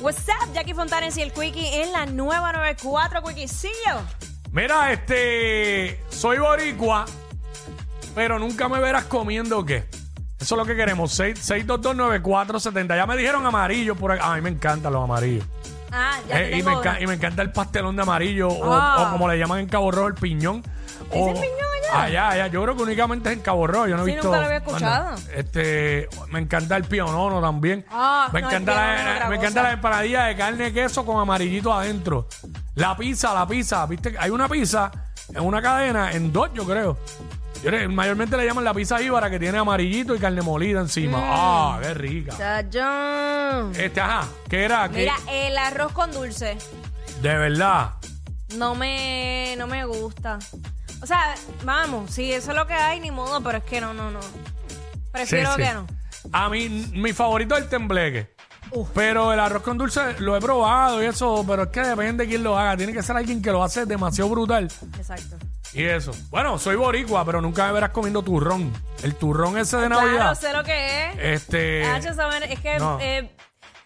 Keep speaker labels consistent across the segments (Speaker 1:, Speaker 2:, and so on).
Speaker 1: What's up, Jackie Fontanes y el Quickie en la nueva 94, Quickiecillo.
Speaker 2: Mira, este. Soy boricua, pero nunca me verás comiendo qué. Eso es lo que queremos. 6, 6229470. Ya me dijeron amarillo por ahí. Ah, A mí me encantan los amarillos.
Speaker 1: Ah, ya te
Speaker 2: Eh, y,
Speaker 1: tengo
Speaker 2: me
Speaker 1: una.
Speaker 2: enca- y me encanta el pastelón de amarillo, o-
Speaker 1: Ah.
Speaker 2: o, como le llaman en Cabo Rojo, el piñón. O,
Speaker 1: dicen piñón allá?
Speaker 2: Allá, allá. Yo creo que únicamente es en Cabo Rojo. Yo no he
Speaker 1: Sí,
Speaker 2: visto.
Speaker 1: nunca lo había escuchado.
Speaker 2: Anda, este, me encanta el pionono también.
Speaker 1: Ah,
Speaker 2: me,
Speaker 1: no, el
Speaker 2: encanta
Speaker 1: pionono es
Speaker 2: la,
Speaker 1: otra
Speaker 2: me encanta
Speaker 1: cosa.
Speaker 2: la empanadilla de carne y queso con amarillito adentro. La pizza, la pizza. ¿Viste? Hay una pizza en una cadena, en dos, yo creo. Yo le- mayormente le llaman la pizza íbara que tiene amarillito y carne molida
Speaker 1: Mm.
Speaker 2: encima. ¡Ah, qué rica!
Speaker 1: Chachón.
Speaker 2: Este, ajá, ¿qué era? ¿Qué-
Speaker 1: Mira, el arroz con dulce
Speaker 2: De verdad.
Speaker 1: no me, no me gusta. O sea, vamos, si eso es lo que hay, ni modo, pero es que no, no, no.
Speaker 2: Sí,
Speaker 1: Prefiero
Speaker 2: sí.
Speaker 1: que no.
Speaker 2: A mí, n- mi favorito es el tembleque. Pero el arroz con dulce lo he probado y eso, pero es que depende de quién lo haga. Tiene que ser alguien que lo hace demasiado brutal.
Speaker 1: Exacto.
Speaker 2: Y eso. Bueno, soy boricua, pero nunca me verás comiendo turrón. El turrón ese de
Speaker 1: Claro, Ah,
Speaker 2: Navidad.
Speaker 1: sé lo que es.
Speaker 2: Este.
Speaker 1: Hacho, saben, es que
Speaker 2: no.
Speaker 1: eh,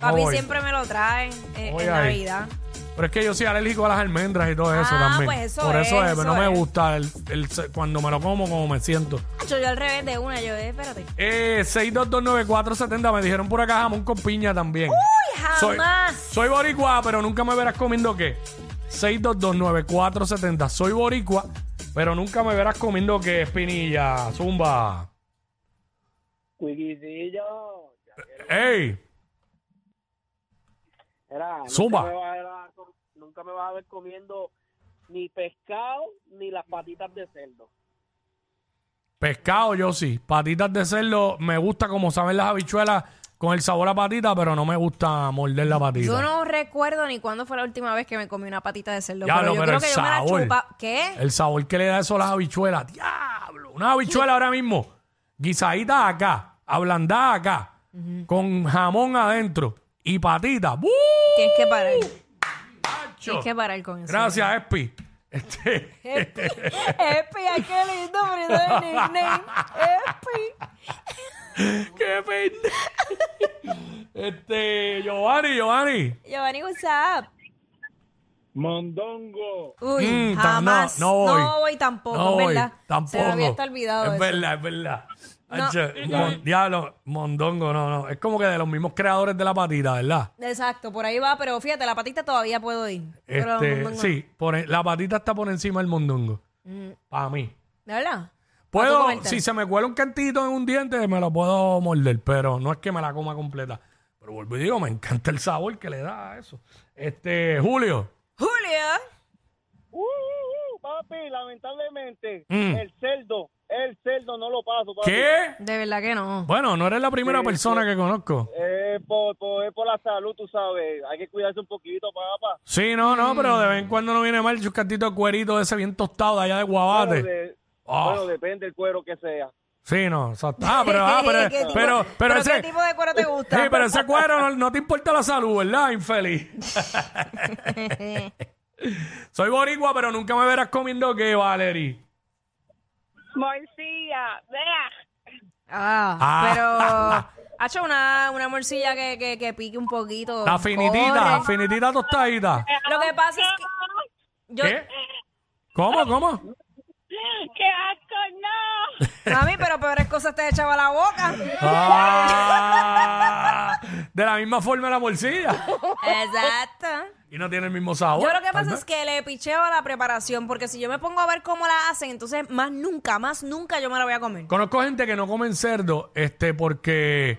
Speaker 2: No
Speaker 1: papi
Speaker 2: voy.
Speaker 1: siempre me lo traen eh,
Speaker 2: Voy
Speaker 1: en
Speaker 2: ahí.
Speaker 1: Navidad.
Speaker 2: Pero es que yo soy alérgico a las almendras y todo eso
Speaker 1: Ah,
Speaker 2: también.
Speaker 1: pues eso
Speaker 2: Por eso
Speaker 1: es,
Speaker 2: es, pero
Speaker 1: eso
Speaker 2: no me
Speaker 1: es.
Speaker 2: gusta el- el- cuando me lo como, como me siento.
Speaker 1: Hacho, yo al revés de una, yo, eh, espérate.
Speaker 2: Eh, 6229470 me dijeron por acá jamón con piña también.
Speaker 1: ¡Uy,
Speaker 2: Soy,
Speaker 1: jamás!
Speaker 2: soy boricua, pero nunca me verás comiendo qué. 6229470. Soy boricua, pero nunca me verás comiendo qué, espinilla, zumba.
Speaker 3: Cuiquicillo.
Speaker 2: ¡Ey!
Speaker 3: Era,
Speaker 2: Zumba.
Speaker 3: Nunca me, vas a ver, nunca me vas a ver comiendo ni pescado ni las patitas de cerdo.
Speaker 2: Pescado, yo sí. Patitas de cerdo, me gusta como saben las habichuelas con el sabor a patita, pero no me gusta morder la patita.
Speaker 1: Yo no recuerdo ni cuándo fue la última vez que me comí una patita de cerdo.
Speaker 2: Ya
Speaker 1: pero
Speaker 2: lo,
Speaker 1: yo
Speaker 2: pero
Speaker 1: creo que
Speaker 2: el
Speaker 1: yo me la
Speaker 2: sabor.
Speaker 1: chupa. ¿Qué?
Speaker 2: El sabor que le da eso a las habichuelas. ¡Diablo! Una habichuela ahora mismo, guisadita acá, ablandada acá, con jamón adentro y patita. ¡Bú!
Speaker 1: Tienes que parar.
Speaker 2: ¡Acho!
Speaker 1: Tienes que parar con eso.
Speaker 2: Gracias, Espi. Este,
Speaker 1: Espi, Espi, ay, qué lindo, pero eso es el nickname. Espi.
Speaker 2: ¡Qué pende! este, Giovanni, Giovanni.
Speaker 1: Giovanni, what's up?
Speaker 3: Mondongo.
Speaker 1: Uy,
Speaker 2: Mm, ta-
Speaker 1: jamás.
Speaker 2: No, no voy.
Speaker 1: tampoco,
Speaker 2: No
Speaker 1: es
Speaker 2: voy,
Speaker 1: verdad.
Speaker 2: Tampoco.
Speaker 1: Se me había hasta olvidado
Speaker 2: Es
Speaker 1: eso.
Speaker 2: verdad, es verdad.
Speaker 1: No.
Speaker 2: Acho, mon- diablo, mondongo, no, no. Es como que de los mismos creadores de la patita, ¿verdad?
Speaker 1: Exacto, por ahí va, pero fíjate, la patita todavía puedo ir. Pero,
Speaker 2: Este,
Speaker 1: no, no.
Speaker 2: Sí, por en- la patita está por encima del mondongo.
Speaker 1: Mm.
Speaker 2: Para mí.
Speaker 1: ¿De verdad? ¿Para tú
Speaker 2: Puedo,
Speaker 1: comerte?
Speaker 2: si se me cuela un cantito en un diente, me lo puedo morder, pero no es que me la coma completa. Pero vuelvo y digo, me encanta el sabor que le da a eso. Este, Julio.
Speaker 1: Julia.
Speaker 3: Uh, uh, uh, papi, lamentablemente,
Speaker 2: Mm.
Speaker 3: el cerdo, el cerdo no lo paso, papi.
Speaker 2: ¿Qué?
Speaker 1: De verdad que no.
Speaker 2: Bueno, no eres la primera
Speaker 3: Sí,
Speaker 2: persona que conozco.
Speaker 3: Eh, por, por, es por la salud, tú sabes. Hay que cuidarse un poquito, papá.
Speaker 2: Sí, no,
Speaker 1: Mm.
Speaker 2: no, pero de vez en cuando no viene mal un cantito de cuerito de ese bien tostado de allá de Guabate.
Speaker 3: Bueno, de-
Speaker 2: Ah.
Speaker 3: bueno, depende del cuero que sea.
Speaker 2: Sí, no, exacto. Ah, pero, ah, pero,
Speaker 1: ¿Qué
Speaker 2: pero,
Speaker 1: tipo-
Speaker 2: pero, ese...
Speaker 1: ¿Qué tipo de cuero te gusta?
Speaker 2: Sí, pero ese cuero no, no te importa la salud, ¿verdad, infeliz? Soy boricua, pero nunca me verás comiendo qué, Valerie.
Speaker 4: Morcilla, vea.
Speaker 1: Ah,
Speaker 2: Ah.
Speaker 1: pero ha hecho una, una morcilla que, que, que pique un poquito.
Speaker 2: La finitita, la
Speaker 1: corre.
Speaker 2: finitita tostadita.
Speaker 1: Lo que pasa es que yo,
Speaker 2: ¿Qué? ¿Cómo, cómo?
Speaker 4: ¡Qué asco, no!
Speaker 1: mami, pero peores cosas te echaba la boca.
Speaker 2: Ah, de la misma forma la morcilla.
Speaker 1: Exacto.
Speaker 2: Y no tiene el mismo sabor.
Speaker 1: Yo lo que
Speaker 2: tal
Speaker 1: pasa
Speaker 2: vez.
Speaker 1: es que le picheo a la preparación, porque si yo me pongo a ver cómo la hacen, entonces más nunca, más nunca yo me la voy a comer.
Speaker 2: Conozco gente que no comen cerdo, este, porque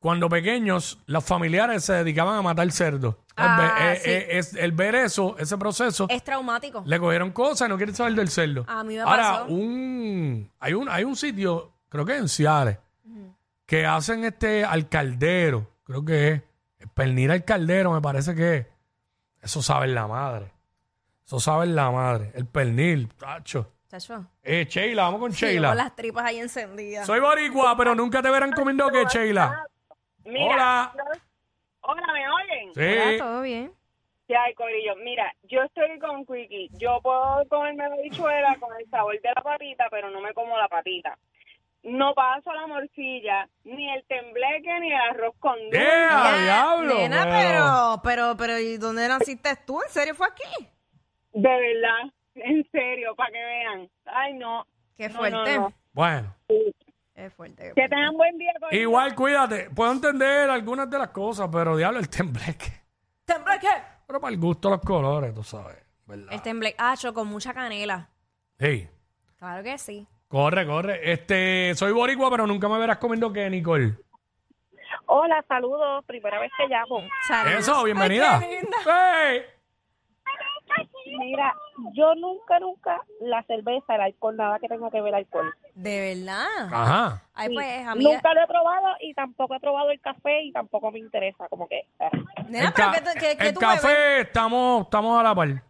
Speaker 2: cuando pequeños, los familiares se dedicaban a matar cerdo.
Speaker 1: Ah,
Speaker 2: el, ve- eh,
Speaker 1: sí.
Speaker 2: eh, es- el ver eso, ese proceso,
Speaker 1: Es traumático.
Speaker 2: le cogieron cosas y no quieren saber del cerdo.
Speaker 1: A mí me
Speaker 2: Ahora,
Speaker 1: pasó.
Speaker 2: un hay un hay un sitio, creo que en Ciales, que hacen este al caldero, creo que es. Pernil al caldero, me parece que es. Eso sabe la madre. Eso sabe la madre. El pernil, tacho.
Speaker 1: Chacho.
Speaker 2: Eh, Sheila, vamos con
Speaker 1: Sí,
Speaker 2: Sheila.
Speaker 1: Con las tripas ahí encendidas.
Speaker 2: Soy boricua, pero nunca te verán comiendo que, Sheila. Hola.
Speaker 4: Hola, ¿me oyen?
Speaker 1: Hola,
Speaker 2: Sí.
Speaker 1: todo bien.
Speaker 4: Sí, ay, Corillo. Mira, yo estoy con Quickie. Yo puedo comerme la bichuela con el sabor de la patita, pero no me como la patita. no paso la morcilla, ni el tembleque, ni el arroz con dulce.
Speaker 2: ¡Ea, diablo!
Speaker 1: Nena,
Speaker 2: Bueno,
Speaker 1: pero, pero, pero, ¿y dónde naciste tú? ¿En serio fue aquí?
Speaker 4: De verdad, en serio, para que vean. Ay, no.
Speaker 1: Qué
Speaker 4: No,
Speaker 1: fuerte.
Speaker 4: no, no.
Speaker 2: Bueno,
Speaker 1: Qué fuerte.
Speaker 4: Que tengan buen día. Corillo.
Speaker 2: igual cuídate. Puedo entender algunas de las cosas, pero diablo, el tembleque.
Speaker 1: ¿Tembleque?
Speaker 2: Pero para el gusto, los colores, tú sabes. ¿Verdad?
Speaker 1: El tembleque. Ah, cho, con mucha canela.
Speaker 2: Sí.
Speaker 1: Claro que sí.
Speaker 2: Corre, corre. Este, soy boricua, pero nunca me verás comiendo que Nicole.
Speaker 4: Hola, saludos. Primera vez que llamo.
Speaker 1: Saludos.
Speaker 2: Eso, bienvenida.
Speaker 1: Ay, qué linda.
Speaker 2: ¡Ey!
Speaker 4: Mira, yo nunca, nunca la cerveza, el alcohol, nada que tenga que ver alcohol.
Speaker 1: De
Speaker 2: Ah.
Speaker 1: verdad.
Speaker 2: Ajá.
Speaker 1: Ay, pues, amiga.
Speaker 4: Nunca lo he probado y tampoco he probado el café y tampoco me interesa, como que... ah.
Speaker 1: Nena,
Speaker 2: el
Speaker 1: pero
Speaker 2: ca-
Speaker 1: que, tú- que- que
Speaker 2: el
Speaker 1: tú
Speaker 2: café
Speaker 1: bebes.
Speaker 2: estamos, estamos a la par.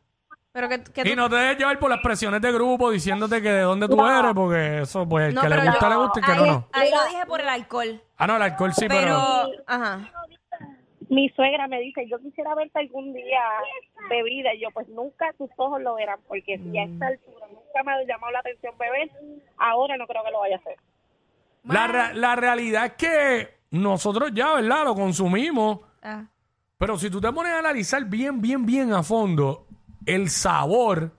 Speaker 1: Pero que, que
Speaker 2: Y
Speaker 1: tú-
Speaker 2: no te dejes llevar por las presiones de grupo diciéndote que de dónde tú eres, porque eso, pues, el
Speaker 1: No,
Speaker 2: que le
Speaker 1: pero
Speaker 2: gusta,
Speaker 1: yo-
Speaker 2: le gusta y que
Speaker 1: ahí,
Speaker 2: no, no.
Speaker 1: ahí lo dije por el alcohol.
Speaker 2: Ah, no, el alcohol sí, pero...
Speaker 1: Pero, ajá.
Speaker 4: Mi suegra me dice, yo quisiera verte algún día bebida. Y yo, pues nunca tus ojos lo verán, porque si
Speaker 5: Mm.
Speaker 4: a esta altura nunca me ha llamado la atención beber, ahora no creo que lo vaya a hacer.
Speaker 2: La, re- la realidad es que nosotros ya, ¿verdad? Lo consumimos,
Speaker 1: Ah.
Speaker 2: pero si tú te pones a analizar bien, bien, bien a fondo, el sabor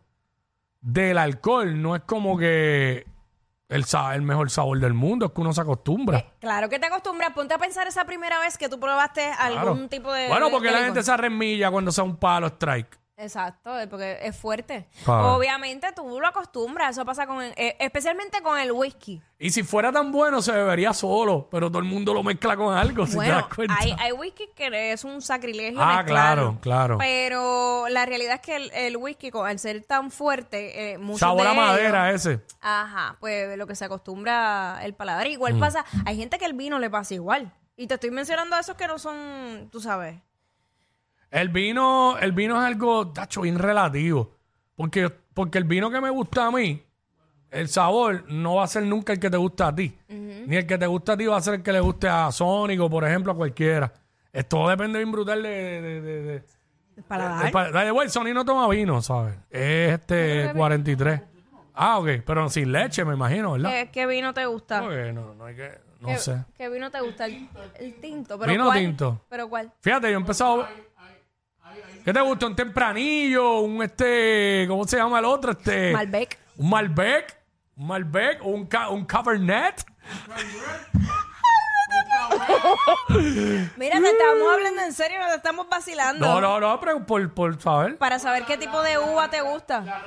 Speaker 2: del alcohol no es como que el, sa- el mejor sabor del mundo, es que uno se acostumbra.
Speaker 1: Claro que te acostumbras. Ponte a pensar esa primera vez que tú probaste algún
Speaker 2: Claro.
Speaker 1: tipo de.
Speaker 2: Bueno,
Speaker 1: de-
Speaker 2: porque
Speaker 1: de
Speaker 2: la
Speaker 1: licor.
Speaker 2: gente se arremilla cuando sea un palo strike.
Speaker 1: Exacto, eh, porque es fuerte.
Speaker 2: Claro.
Speaker 1: Obviamente tú lo acostumbras, eso pasa con, el- eh, especialmente con el whisky.
Speaker 2: Y si fuera tan bueno, se bebería solo, pero todo el mundo lo mezcla con algo, si te
Speaker 1: bueno,
Speaker 2: das cuenta.
Speaker 1: hay, hay whisky que es un sacrilegio.
Speaker 2: ah,
Speaker 1: mezclarlo.
Speaker 2: claro, claro.
Speaker 1: Pero la realidad es que el, el whisky, con- al ser tan fuerte, eh, muchos
Speaker 2: Sabor
Speaker 1: de
Speaker 2: a
Speaker 1: ellos-
Speaker 2: madera eh. ese.
Speaker 1: Ajá, pues lo que se acostumbra el paladar.
Speaker 2: Mm.
Speaker 1: Igual pasa, hay gente que el vino le pasa igual. Y te estoy mencionando a esos que no son, tú sabes.
Speaker 2: El vino, el vino es algo, tacho, bien relativo. Porque, porque el vino que me gusta a mí, el sabor no va a ser nunca el que te gusta a ti. Ni el que te gusta a ti va a ser el que le guste a Sónico, por ejemplo, a cualquiera. Esto todo depende bien brutal de- de- de- de,
Speaker 1: El paladar.
Speaker 2: El pa- Dale, güey, Sony no toma vino, ¿sabes? Es este 43. Ah, ok, pero sin leche, me imagino, ¿verdad?
Speaker 1: ¿Qué, qué vino te gusta?
Speaker 2: Porque no, no hay que. No
Speaker 1: ¿Qué,
Speaker 2: sé.
Speaker 1: qué vino te gusta? El, el tinto. Pero
Speaker 2: Vino
Speaker 1: cuál,
Speaker 2: tinto.
Speaker 1: ¿Pero cuál?
Speaker 2: Fíjate, yo he empezado. ¿Qué te gusta? ¿Un tempranillo? ¿Un este. ¿Cómo se llama el otro? Este.
Speaker 1: Malbec.
Speaker 2: ¿Un Malbec? ¿Un Malbec? ¿O un, ca- un Cabernet?
Speaker 1: Mira, te estamos hablando en serio, no te estamos vacilando.
Speaker 2: No, no, no, pero por, por saber.
Speaker 1: Para saber qué tipo de uva te gusta.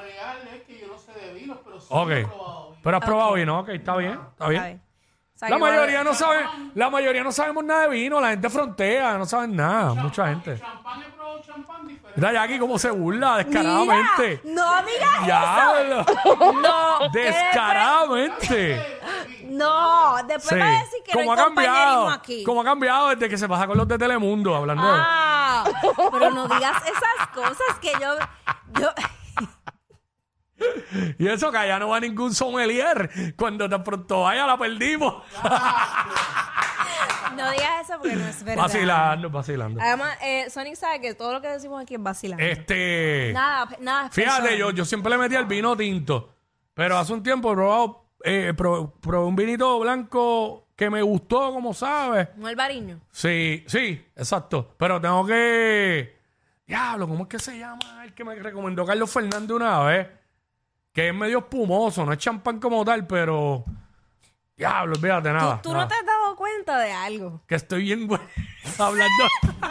Speaker 2: Ok. Pero has probado vino, ok, está bien, está
Speaker 1: A ver.
Speaker 2: bien.
Speaker 1: O sea,
Speaker 2: La
Speaker 1: que va a
Speaker 2: mayoría
Speaker 1: haber-
Speaker 2: no sabe, la mayoría no sabemos nada de vino, la gente frontea, no saben nada, mucha gente. Mira Jackie cómo se burla descaradamente.
Speaker 1: Mira, no digas
Speaker 2: Diablo.
Speaker 1: eso. No. que
Speaker 2: Descaradamente.
Speaker 1: después- eh, No, después
Speaker 2: Sí.
Speaker 1: va a decir que
Speaker 2: Como
Speaker 1: no
Speaker 2: ha
Speaker 1: hay compañerismo
Speaker 2: cambiado.
Speaker 1: aquí.
Speaker 2: Como ha cambiado desde que se pasa con los de Telemundo hablando de-
Speaker 1: Ah, pero no digas esas cosas que yo, yo
Speaker 2: Y eso que allá no va ningún sommelier. Cuando tan pronto vaya la perdimos.
Speaker 1: no digas eso porque no es verdad.
Speaker 2: Vacilando, vacilando.
Speaker 1: Además, eh, Sonic sabe que todo lo que decimos aquí es vacilando.
Speaker 2: Este.
Speaker 1: nada, nada. es
Speaker 2: Fíjate,
Speaker 1: personal.
Speaker 2: yo, yo siempre le metí al vino tinto. Pero hace un tiempo he probado, eh, pro- probé un vinito blanco que me gustó, como sabes.
Speaker 1: No el bariño.
Speaker 2: Sí, sí, exacto. Pero tengo que. Diablo, ¿cómo es que se llama? El que me recomendó Carlos Fernández una vez. Que es medio espumoso, no es champán como tal, pero. Diablo, fíjate,
Speaker 1: Tú,
Speaker 2: nada.
Speaker 1: tú
Speaker 2: nada.
Speaker 1: no te has dado cuenta de algo.
Speaker 2: Que estoy bien güey, hablando.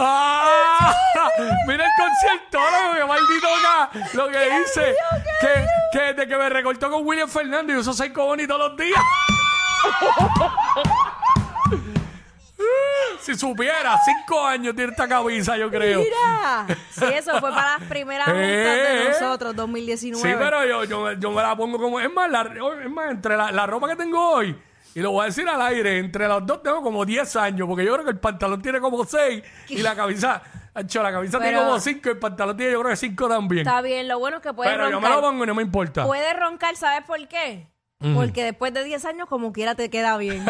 Speaker 2: ¡Ah! Mira el conciertólogo que maldito acá, lo que dice. Que, que desde que me recortó con William Fernández y uso seis cobones todos los días. si supiera, cinco años tiene esta camisa, yo creo.
Speaker 1: Mira, sí, eso fue para las primeras juntas
Speaker 2: Eh.
Speaker 1: de nosotros, 2019.
Speaker 2: Sí, pero yo, yo, me- yo me la pongo como. Es más, la, es más entre la, la ropa que tengo hoy, y lo voy a decir al aire, entre las dos tengo como 10 años, porque yo creo que el pantalón tiene como 6 y la camisa. Ancho, la camisa tiene
Speaker 1: Pero-
Speaker 2: como 5 y el pantalón tiene yo creo que 5 también.
Speaker 1: Está bien, lo bueno es que puede
Speaker 2: Pero yo me lo
Speaker 1: roncar.
Speaker 2: pongo y no me importa.
Speaker 1: Puede roncar, ¿sabes por qué? Porque después de 10 años, como quiera, te queda bien.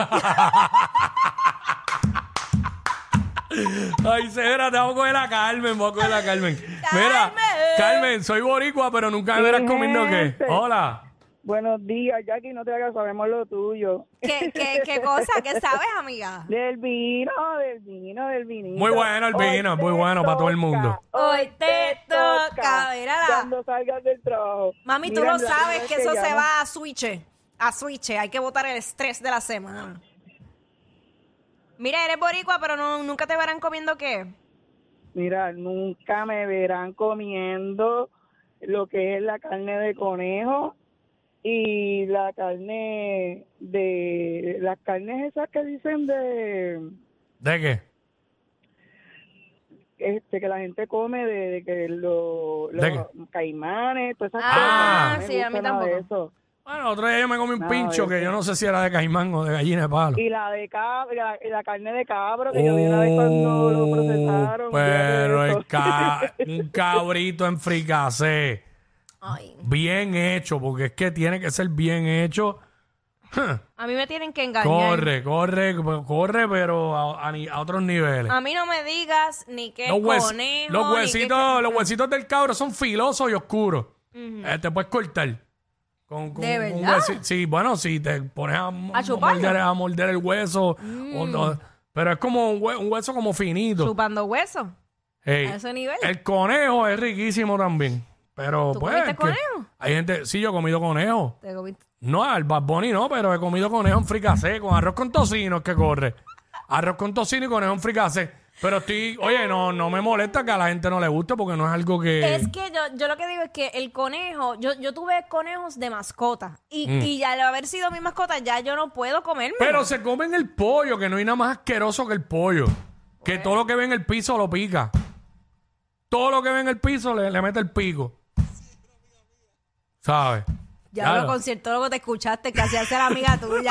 Speaker 2: Ay, Cera, te voy a coger a Carmen, voy a coger a Carmen. Mira,
Speaker 1: Carmen.
Speaker 2: Carmen, soy boricua, pero nunca me verás comiendo qué.
Speaker 5: Gente.
Speaker 2: Hola.
Speaker 5: Buenos días, Jackie, no te hagas, sabemos lo tuyo.
Speaker 1: ¿Qué, qué, ¿Qué cosa? ¿Qué sabes, amiga?
Speaker 5: Del vino, del vino, del vinito.
Speaker 2: Muy bueno el
Speaker 5: Hoy
Speaker 2: vino,
Speaker 5: te
Speaker 2: muy bueno para todo el mundo.
Speaker 1: Hoy te toca, verá.
Speaker 5: Cuando salgas del trabajo.
Speaker 1: Mami, tú
Speaker 5: Mira,
Speaker 1: lo
Speaker 5: la
Speaker 1: sabes
Speaker 5: verdad
Speaker 1: que
Speaker 5: es
Speaker 1: eso
Speaker 5: ya
Speaker 1: se
Speaker 5: no-
Speaker 1: va a switch. A switch. Hay que botar el estrés de la semana. Mira, eres boricua, pero no, nunca te verán comiendo qué.
Speaker 5: Mira, nunca me verán comiendo lo que es la carne de conejo y la carne de las carnes esas que dicen de
Speaker 2: ¿De qué?
Speaker 5: este que la gente come de, de que lo- los
Speaker 2: ¿De
Speaker 5: caimanes, todas esas
Speaker 1: Ah,
Speaker 5: cosas. No me
Speaker 1: sí, a mí
Speaker 5: gusta nada de eso.
Speaker 2: Bueno, otro día yo me comí un
Speaker 5: No,
Speaker 2: pincho que
Speaker 5: ese-
Speaker 2: yo no sé si era de caimán o de gallina de palo.
Speaker 5: Y la de cabra, y la, y la carne de cabra que yo vi una vez cuando lo
Speaker 2: Oh,
Speaker 5: procesaron.
Speaker 2: Pero
Speaker 5: fíjate
Speaker 2: el
Speaker 5: eso.
Speaker 2: ca- un cabrito en fricasé.
Speaker 1: Ay.
Speaker 2: Bien hecho, porque es que tiene que ser bien hecho.
Speaker 1: A mí me tienen que engañar.
Speaker 2: Corre, corre, corre, pero a, a ni- a otros niveles.
Speaker 1: A mí no me digas ni Ah, qué
Speaker 2: los, hues-
Speaker 1: conejo,
Speaker 2: los
Speaker 1: ni qué-
Speaker 2: huesitos, los huesitos del cabro son filosos y oscuros. Eh, te puedes cortar. Con, con
Speaker 1: ¿De
Speaker 2: un
Speaker 1: verdad?
Speaker 2: huesi- Sí, bueno, si te pones a, m-
Speaker 1: ¿A Mm. chuparlo?
Speaker 2: morder, a morder el hueso. o no- pero es como un, hue- un hueso como finito.
Speaker 1: Chupando hueso.
Speaker 2: Ey,
Speaker 1: a ese nivel.
Speaker 2: El conejo es riquísimo también. Pero
Speaker 1: ¿Tú
Speaker 2: pues.
Speaker 1: comiste
Speaker 2: es que
Speaker 1: conejo?
Speaker 2: Hay gente. Sí, yo he comido conejo.
Speaker 1: Te comiste-
Speaker 2: No, al Bad Bunny no, pero he comido conejo en fricasé, con arroz con tocino es que corre. Arroz con tocino y conejo en fricasé. Pero estoy, oye, no, no me molesta que a la gente no le guste porque no es algo que...
Speaker 1: Es que yo, yo lo que digo es que el conejo, yo, yo tuve conejos de mascota. Y, y al haber sido mi mascota, ya yo no puedo comerme.
Speaker 2: Mm. Pero se comen el pollo, que no hay nada más asqueroso que el pollo. Que
Speaker 1: Pues.
Speaker 2: todo lo que ve en el piso lo pica. Todo lo que ve en el piso le, le mete el pico. ¿Sabes?
Speaker 1: ya
Speaker 2: Claro.
Speaker 1: lo con ciertólogo te escuchaste que hacía ser amiga tuya.